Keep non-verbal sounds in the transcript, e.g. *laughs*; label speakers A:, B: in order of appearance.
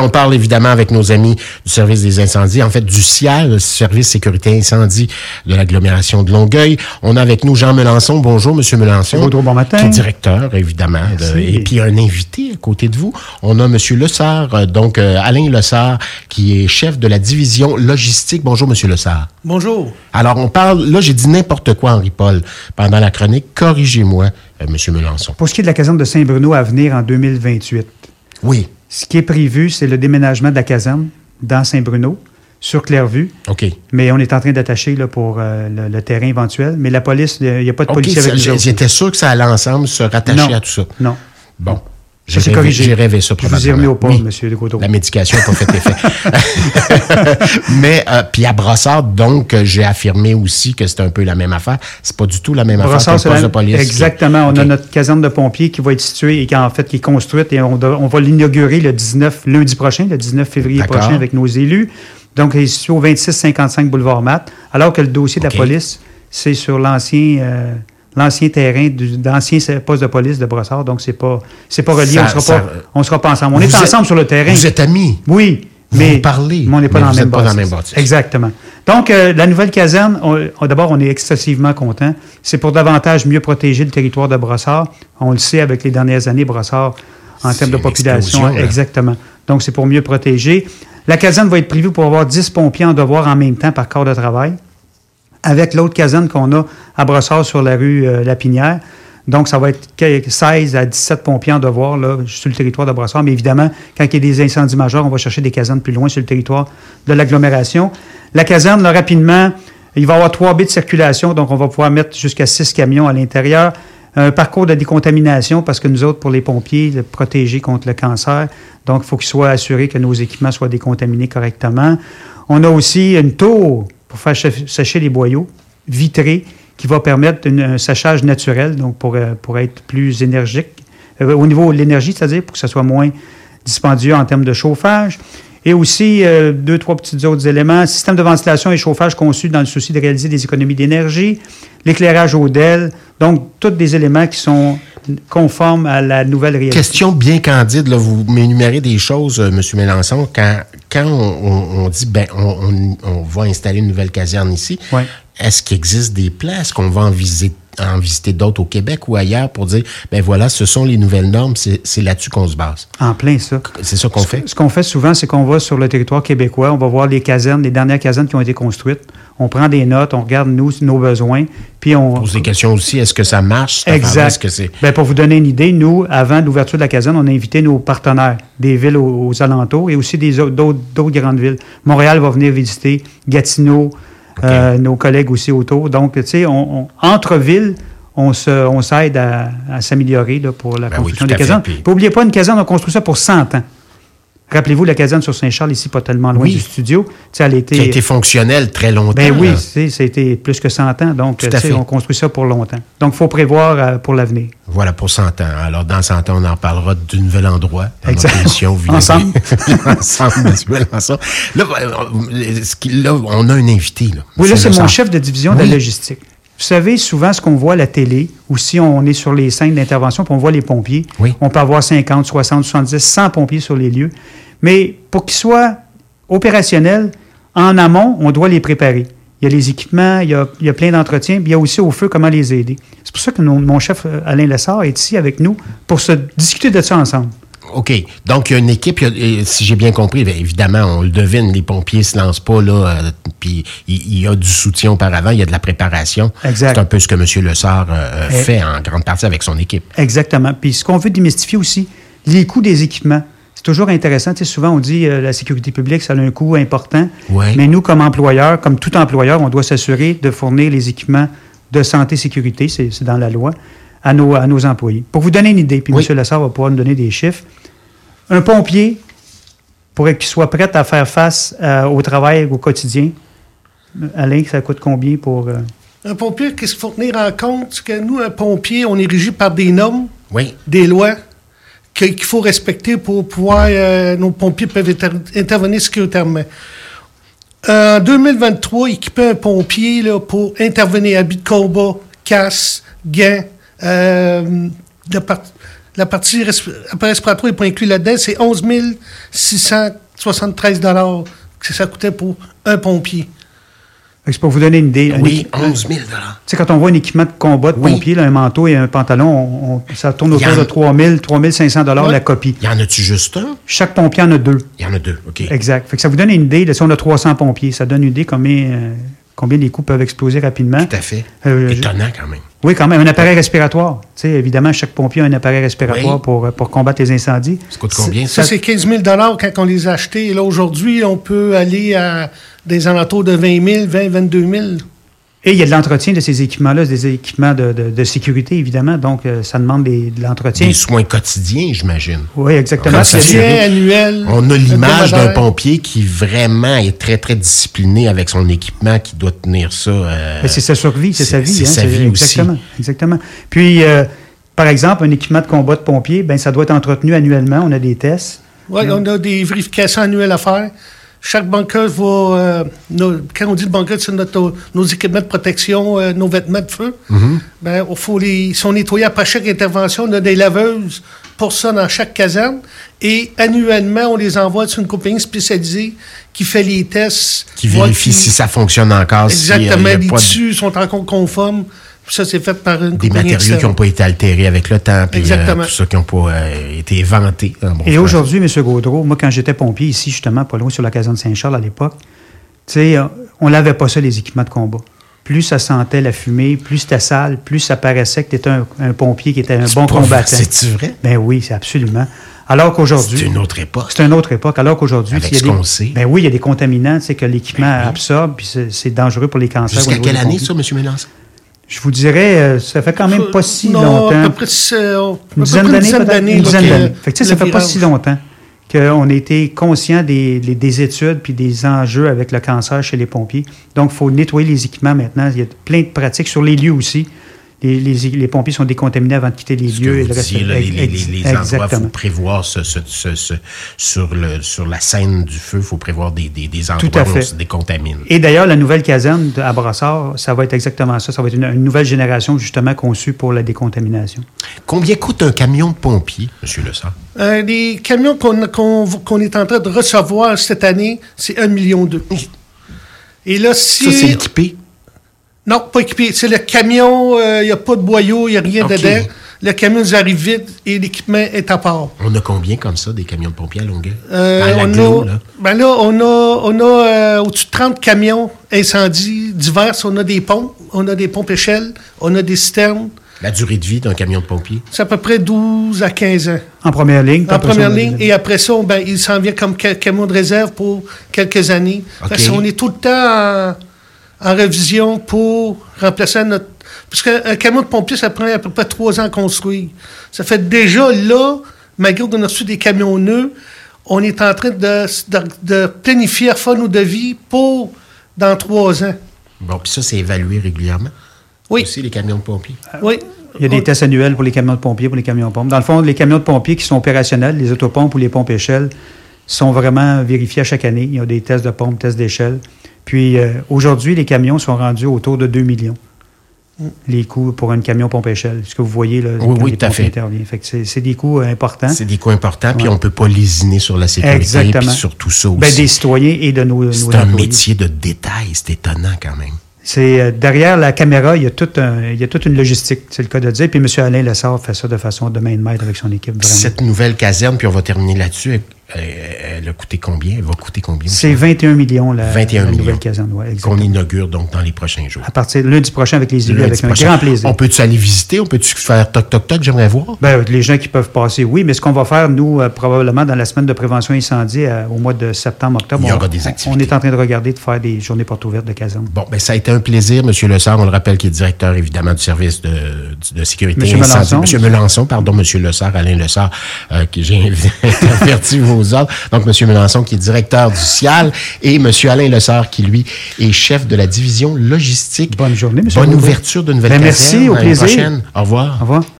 A: On parle évidemment avec nos amis du service des incendies, en fait du CIAL, le service sécurité incendie de l'agglomération de Longueuil. On a avec nous Jean Melançon. Bonjour, Monsieur Melançon.
B: Bonjour, bon matin.
A: Qui est directeur, évidemment. de-
B: Merci.
A: et puis un invité à côté de vous. On a Monsieur Lessard, euh, donc euh, Alain Lessard, qui est chef de la division logistique. Bonjour, Monsieur Lessard.
C: Bonjour.
A: Alors, on parle, là, j'ai dit n'importe quoi, Henri-Paul, pendant la chronique. Corrigez-moi, euh, Monsieur Melançon.
B: Pour ce qui est de la caserne de Saint-Bruno à venir en 2028,
A: Oui,
B: ce qui est prévu, c'est le déménagement de la caserne dans Saint-Bruno, sur Clairvue,
A: OK.
B: mais on est en train d'attacher là, pour euh, le, le terrain éventuel. Mais la police, il n'y a pas de
A: OK,
B: policier
A: ça-
B: avec nous.
A: j'-
B: autres.
A: j'étais sûr que ça allait ensemble se rattacher
B: non,
A: à tout ça.
B: Non.
A: Bon.
B: Ça,
A: J'ai
B: c'est
A: rêvé,
B: corrigé.
A: j'ai rêvé ça
B: Je vous ai
A: probablement.
B: remis au pas,
A: Oui.
B: M. de Gaudreau.
A: La médication n'a pas fait effet. *laughs* Mais, euh, puis à Brossard, donc, euh, j'ai affirmé aussi que c'était un peu la même affaire. C'est pas du tout la même
B: Brossard,
A: affaire
B: c'est
A: que le poste
B: la-
A: de police.
B: Exactement. On
A: OK.
B: a notre caserne de pompiers qui va être située et qui, en fait, qui est construite et on, doit- on va l'inaugurer le 19, lundi prochain, le 19 février
A: D'accord.
B: prochain avec nos élus. Donc, il est situé au 2655 boulevard Mat, alors que le dossier de
A: OK.
B: la police, c'est sur l'ancien, euh, l'ancien terrain, du, l'ancien poste de police de Brossard. Donc, c'est pas, c'est pas relié.
A: Ça-
B: on sera
A: ça-
B: pas, on sera pas ensemble. On
A: Vous
B: est
A: êtes-
B: ensemble sur le terrain.
A: Vous êtes amis.
B: Oui,
A: Vous
B: mais,
A: vous parlez,
B: mais on n'est pas,
A: mais
B: dans la
A: vous
B: même
A: êtes pas dans la
B: bâtisse.
A: même bâtisse.
B: Exactement. Donc, euh, la nouvelle caserne, on- on- d'abord, on est excessivement content. C'est pour davantage mieux protéger le territoire de Brossard. On le sait avec les dernières années, Brossard, en
A: C'est
B: termes de
A: une
B: population.
A: explosion, là.
B: Exactement. Donc, c'est pour mieux protéger. La caserne va être prévue pour avoir 10 pompiers en devoir en même temps par corps de travail avec l'autre caserne qu'on a à Brossard sur la rue euh, Lapinière. Donc, ça va être que- 16 à 17 pompiers en devoir là, sur le territoire de Brossard. Mais évidemment, quand il y a des incendies majeurs, on va chercher des casernes plus loin sur le territoire de l'agglomération. La caserne, là, rapidement, il va y avoir trois baies de circulation, donc on va pouvoir mettre jusqu'à six camions à l'intérieur. Un parcours de décontamination, parce que nous autres, pour les pompiers, le protéger contre le cancer, donc il faut qu'il soit assuré que nos équipements soient décontaminés correctement. On a aussi une tour pour faire séch- sécher les boyaux, vitrée, qui va permettre une- un séchage naturel, donc pour, euh, pour être plus énergique. Euh, au niveau de l'énergie, c'est-à-dire pour que ça soit moins dispendieux en termes de chauffage. Et aussi, euh, deux, trois petits autres éléments. Système de ventilation et chauffage conçu dans le souci de réaliser des économies d'énergie. L'éclairage au DEL. Donc, tous des éléments qui sont conformes à la nouvelle réalité.
A: Question bien candide, là, vous m'énumérez des choses, euh, Monsieur Mélenchon, quand, quand on, on- on dit ben on, on- on va installer une nouvelle caserne ici,
B: Ouais.
A: est-ce qu'il existe des places qu'on va en visiter, en visiter d'autres au Québec ou ailleurs pour dire ben voilà, ce sont les nouvelles normes, c'est c'est là-dessus qu'on se base.
B: En plein, ça.
A: C'est ça qu'on
B: Ce-
A: fait.
B: Ce qu'on fait souvent, c'est qu'on va sur le territoire québécois, on va voir les casernes, les dernières casernes qui ont été construites. On prend des notes, on regarde nous, nos besoins, puis on.
A: Pose des questions aussi, est-ce que ça marche? cette affaire-là? Est-ce
B: Exact.
A: que c'est.
B: Ben, pour vous donner une idée, nous, avant l'ouverture de la caserne, on a invité nos partenaires des villes aux, aux alentours et aussi des au- d'autres d'autres grandes villes. Montréal va venir visiter, Gatineau, euh, nos collègues aussi autour. Donc, tu sais, on, on- entre villes, on se- on s'aide à, à s'améliorer là, pour la
A: Ben oui,
B: construction
A: tout à
B: des
A: fait,
B: casernes.
A: puis-
B: Puis, n'oubliez pas, une caserne, on construit ça pour 100 ans. Rappelez-vous, la caserne sur Saint-Charles, ici, pas tellement loin
A: Oui.
B: du studio, tu sais, elle a été...
A: Qui a été fonctionnel très longtemps.
B: Ben oui,
A: là.
B: c'est- c'était plus que 100 ans, donc
A: Tout à
B: tu sais,
A: fait.
B: on construit ça pour longtemps. Donc, il faut prévoir euh, pour l'avenir.
A: Voilà pour 100 ans. Alors, dans 100 ans, on en parlera du nouvel endroit. Dans
B: Exact.
A: notre émission, vous
B: Ensemble.
A: l'avez. *laughs* Ensemble, du nouvel endroit. Là, euh, ce qui- là, on a un invité. Là.
B: Oui, là, c'est mon
A: Vincent.
B: chef de division de
A: Oui.
B: la logistique. Vous savez, souvent, ce qu'on voit à la télé, ou si on est sur les scènes d'intervention, puis on voit les pompiers,
A: Oui.
B: on peut avoir 50, 60, 70, 100 pompiers sur les lieux. Mais pour qu'ils soient opérationnels, en amont, on doit les préparer. Il y a les équipements, il y a, il y a plein d'entretiens, puis il y a aussi au feu comment les aider. C'est pour ça que mon mon chef euh, Alain Lessard est ici avec nous pour se discuter de ça ensemble.
A: OK. Donc, il y a une équipe, il y a- et si j'ai bien compris, bien, évidemment, on le devine, les pompiers se lancent pas, là, euh, puis il il y, a du soutien auparavant, il y a de la préparation.
B: Exact.
A: C'est un peu ce que M. Lessard euh, euh,
B: Eh.
A: fait en grande partie avec son équipe.
B: Exactement. Puis ce qu'on veut démystifier aussi, les coûts des équipements. C'est toujours intéressant. Tu sais, souvent, on dit euh, la sécurité publique, ça a un coût important.
A: Ouais.
B: Mais nous, comme employeurs, comme tout employeur, on doit s'assurer de fournir les équipements de santé-sécurité, c'est c'est dans la loi, à nos, à nos employés. Pour vous donner une idée, puis
A: Oui.
B: M. Lessard va pouvoir nous donner des chiffres. Un pompier, pour qu'il soit prêt à faire face euh, au travail au quotidien, euh, Alain, ça coûte combien pour... euh,
C: Un pompier, qu'est-ce qu'il faut tenir en compte? C'est que nous, un pompier, on est régi par des normes,
A: Oui.
C: des lois que- qu'il faut respecter pour pouvoir. euh, nos pompiers peuvent inter- intervenir sécuritairement. En 2023, équiper un pompier là, pour intervenir habit de combat, casse, gants, euh, de part- La partie resp- appareil respiratoire n'est pas inclus là-dedans. C'est 11 673 que ça coûtait pour un pompier.
B: Fait que C'est pour vous donner une idée. un
A: Oui,
B: équip-
A: 11 000
B: Tu sais, quand on voit un équipement de combat de
A: Oui.
B: pompier, là, un manteau et un pantalon, on- on- ça tourne autour
A: Il y en-
B: de 3 000, 3 500
C: Ouais.
B: la copie.
A: Y en a-tu juste un?
B: Chaque pompier en a deux.
A: Il y en a deux, OK.
B: Exact. Fait que ça vous donne une idée. là, si on a 300 pompiers, ça donne une idée combien, euh, combien les coûts peuvent exploser rapidement.
A: Tout à fait.
B: Euh, je-
A: Étonnant quand même.
B: Oui, quand même. Un appareil respiratoire. Tu sais, évidemment, chaque pompier a un appareil respiratoire
A: Oui.
B: pour, euh, pour combattre les incendies.
A: Ça coûte combien,
C: Ça, c'est 15 000 quand on les a achetés. Et là, aujourd'hui, on peut aller à des alentours de 20 000, 20 000, 22 000.
B: Et il y a de l'entretien de ces équipements-là, c'est des équipements de, de- de sécurité, évidemment. Donc, euh, ça demande des- de l'entretien.
A: Des soins quotidiens, j'imagine.
B: Oui, exactement.
A: Comme
B: C'est-
A: Ah, ça,
C: Quotidien, annuel.
A: On a l'image d'un
C: hebdomadaire.
A: pompier qui vraiment est très, très discipliné avec son équipement, qui doit tenir ça. euh,
B: Mais c'est sa survie, c'est sa
A: c'est-
B: vie.
A: c'est sa vie aussi.
B: exactement, Exactement. Puis, euh, par exemple, un équipement de combat de pompier, ben, ça doit être entretenu annuellement. On a des tests.
C: Oui, on a des vérifications annuelles à faire. Chaque banqueur va. euh, nos- quand on dit le banqueur, c'est notre, nos équipements de protection, euh, nos vêtements de feu.
A: Mhm.
C: Ben, on faut les, ils sont nettoyés après chaque intervention. On a des laveuses pour ça dans chaque caserne. Et annuellement, on les envoie sur une compagnie spécialisée qui fait les tests.
A: qui
C: voir
A: vérifie si ça fonctionne encore, si, euh, il y a
C: Exactement, les
A: pas de-
C: tissus sont encore conformes. Puis Ça, c'est fait par une
A: des
C: compagnie
A: matériaux
C: externe.
A: qui n'ont pas été altérés avec le temps, puis euh,
C: Exactement.
A: tout ça qui n'ont pas euh, été éventés. en bon
B: Et
A: français.
B: aujourd'hui, M. Gaudreau, moi, quand j'étais pompier ici, justement, pas loin sur la caserne Saint-Charles à l'époque, tu sais, euh, on n'avait pas ça, les équipements de combat. Plus ça sentait la fumée, plus c'était sale, plus ça paraissait que tu étais un, un pompier qui était un
A: C'est
B: bon
A: pas-
B: combattant.
A: C'est-tu vrai?
B: Ben oui, c'est absolument. Alors
A: C'est
B: qu'aujourd'hui,
A: une autre époque.
B: c'est une autre époque. Alors qu'aujourd'hui,
A: Avec
B: s'il y a
A: ce
B: des-
A: qu'on sait.
B: ben oui, il y a des contaminants, c'est que l'équipement
A: Ben oui.
B: absorbe, puis c'est c'est dangereux pour les cancers. au
A: Jusqu'à
B: niveau
A: quelle
B: des
A: année,
B: pompiers.
A: ça, M. Mélenchon?
B: Je vous dirais, euh, ça fait quand même pas si
C: Euh, Non,
B: longtemps.
C: À peu près, c'est- à peu près
B: Une dizaine d'années, peut-être. Une
C: donc,
B: dizaine
C: euh,
B: d'années. Fait que, tu sais, ça
C: le
B: fait pas
C: virage.
B: si longtemps qu'on a été conscient des, les- des études puis des enjeux avec le cancer chez les pompiers. Donc, il faut nettoyer les équipements maintenant. Il y a plein de pratiques sur les lieux aussi. Les, les- les pompiers sont décontaminés avant de quitter les
A: Ce que
B: lieux. et
A: vous
B: le reste-
A: disiez, là, les, les-
B: ex-
A: les endroits, il
B: exactement.
A: faut prévoir ce- ce- ce- ce- sur, le, sur la scène du feu, il faut prévoir des, des, des endroits
B: à
A: où on
B: fait.
A: se décontamine.
B: Et d'ailleurs, la nouvelle caserne de- à Brassard, ça va être exactement ça. Ça va être une, une nouvelle génération justement conçue pour la décontamination.
A: Combien coûte un camion de pompier, M. Le Sang?
C: Euh, les camions qu'on qu'on- qu'on est en train de recevoir cette année, c'est 1,2 million. Et là,
A: Ça, c'est
C: si.
A: équipé?
C: non, pas équipé. C'est le camion, euh, il n'y a pas de boyau, il n'y a rien
A: Ok.
C: dedans. Le camion nous arrive vide et l'équipement est à part.
A: On a combien comme ça, des camions de pompiers à longueur?
C: Euh,
A: Dans la
C: on
A: glo,
C: a,
A: là.
C: ben là, on a, on a euh, au-dessus de 30 camions incendies diverses. On a des pompes, on a des pompes échelles, on a des cisternes.
A: La durée de vie d'un camion de pompier?
C: C'est à peu près 12 à 15 ans.
B: En première ligne. puis
C: En
B: après ça,
C: première
B: on a-
C: ligne, et après ça, on- ben, il s'en vient comme ca- camion de réserve pour quelques années.
A: OK.
C: Parce qu'on est tout le temps en, en révision pour remplacer notre. Parce qu'un camion de pompier, ça prend à peu près trois ans à construire. Ça fait déjà là, malgré qu'on a reçu des camions neufs, on est en train de, de, de planifier à fond nos devis pour dans trois ans.
A: Bon, puis ça, c'est évalué régulièrement?
C: Oui.
A: Aussi, les camions de pompiers?
B: Hein?
C: Oui.
B: Il y a des tests annuels pour les camions de pompiers, pour les camions pompes. Dans le fond, les camions de pompiers qui sont opérationnels, les autopompes ou les pompes échelles, sont vraiment vérifiés à chaque année. Il y a des tests de pompes, tests d'échelle. Puis euh, aujourd'hui, les camions sont rendus autour de 2 millions.
C: Mm.
B: Les coûts pour un camion pompe échelle, ce que vous voyez là,
A: Oui,
B: quand
A: oui,
B: les
A: tout à
B: pompiers
A: fait.
B: interviennent. Fait que c'est, c'est des coûts euh, importants
A: C'est des coûts importants, puis
B: Ouais.
A: on peut pas lésiner sur la sécurité,
B: Exactement.
A: puis sur tout ça aussi.
B: Ben, des citoyens et de nos, nos
A: c'est un
B: employés.
A: métier de détail, c'est étonnant quand même.
B: C'est euh, derrière la caméra, il y a toute un- il y a toute une logistique, c'est le cas de dire. Puis M. Alain Lessard fait ça de façon de main de maître avec son équipe.
A: Puis
B: Vraiment.
A: Cette nouvelle caserne, puis on va terminer là-dessus, elle, elle- elle a coûté combien? Elle va coûter combien?
B: C'est 21 millions la,
A: 21
B: la
A: millions.
B: nouvelle caserne. ouais, exactement.
A: Qu'on inaugure donc dans les prochains jours.
B: à partir de lundi prochain avec les élus,
A: Lundi
B: avec un
A: prochain.
B: grand plaisir.
A: On peut-tu aller visiter? On peut-tu faire toc toc toc? J'aimerais voir.
B: Ben, les gens qui peuvent passer, oui, mais ce qu'on va faire, nous, euh, probablement dans la semaine de prévention incendie euh, au mois de septembre, octobre,
A: Il y
B: on-
A: aura des
B: on-
A: activités.
B: On est en train de regarder de faire des journées portes ouvertes de caserne.
A: Bon, ben, ça a été un plaisir, M. Lessard. On le rappelle, qui est directeur, évidemment, du service de, de sécurité
B: Monsieur
A: incendie.
B: Melançon.
A: Monsieur Melançon, pardon, M. Lessard, Alain Lessard, euh, que j'ai *laughs* averti vos ordres. Donc, M. Melançon, qui est directeur du CIAL, et M. Alain Lessard, qui, lui, est chef de la division logistique.
B: Bonne journée, M.
A: Bonne
B: Gaudreau.
A: ouverture de nouvelle
B: Ben, merci, au plaisir.
A: Prochaine. Au revoir.
B: Au revoir.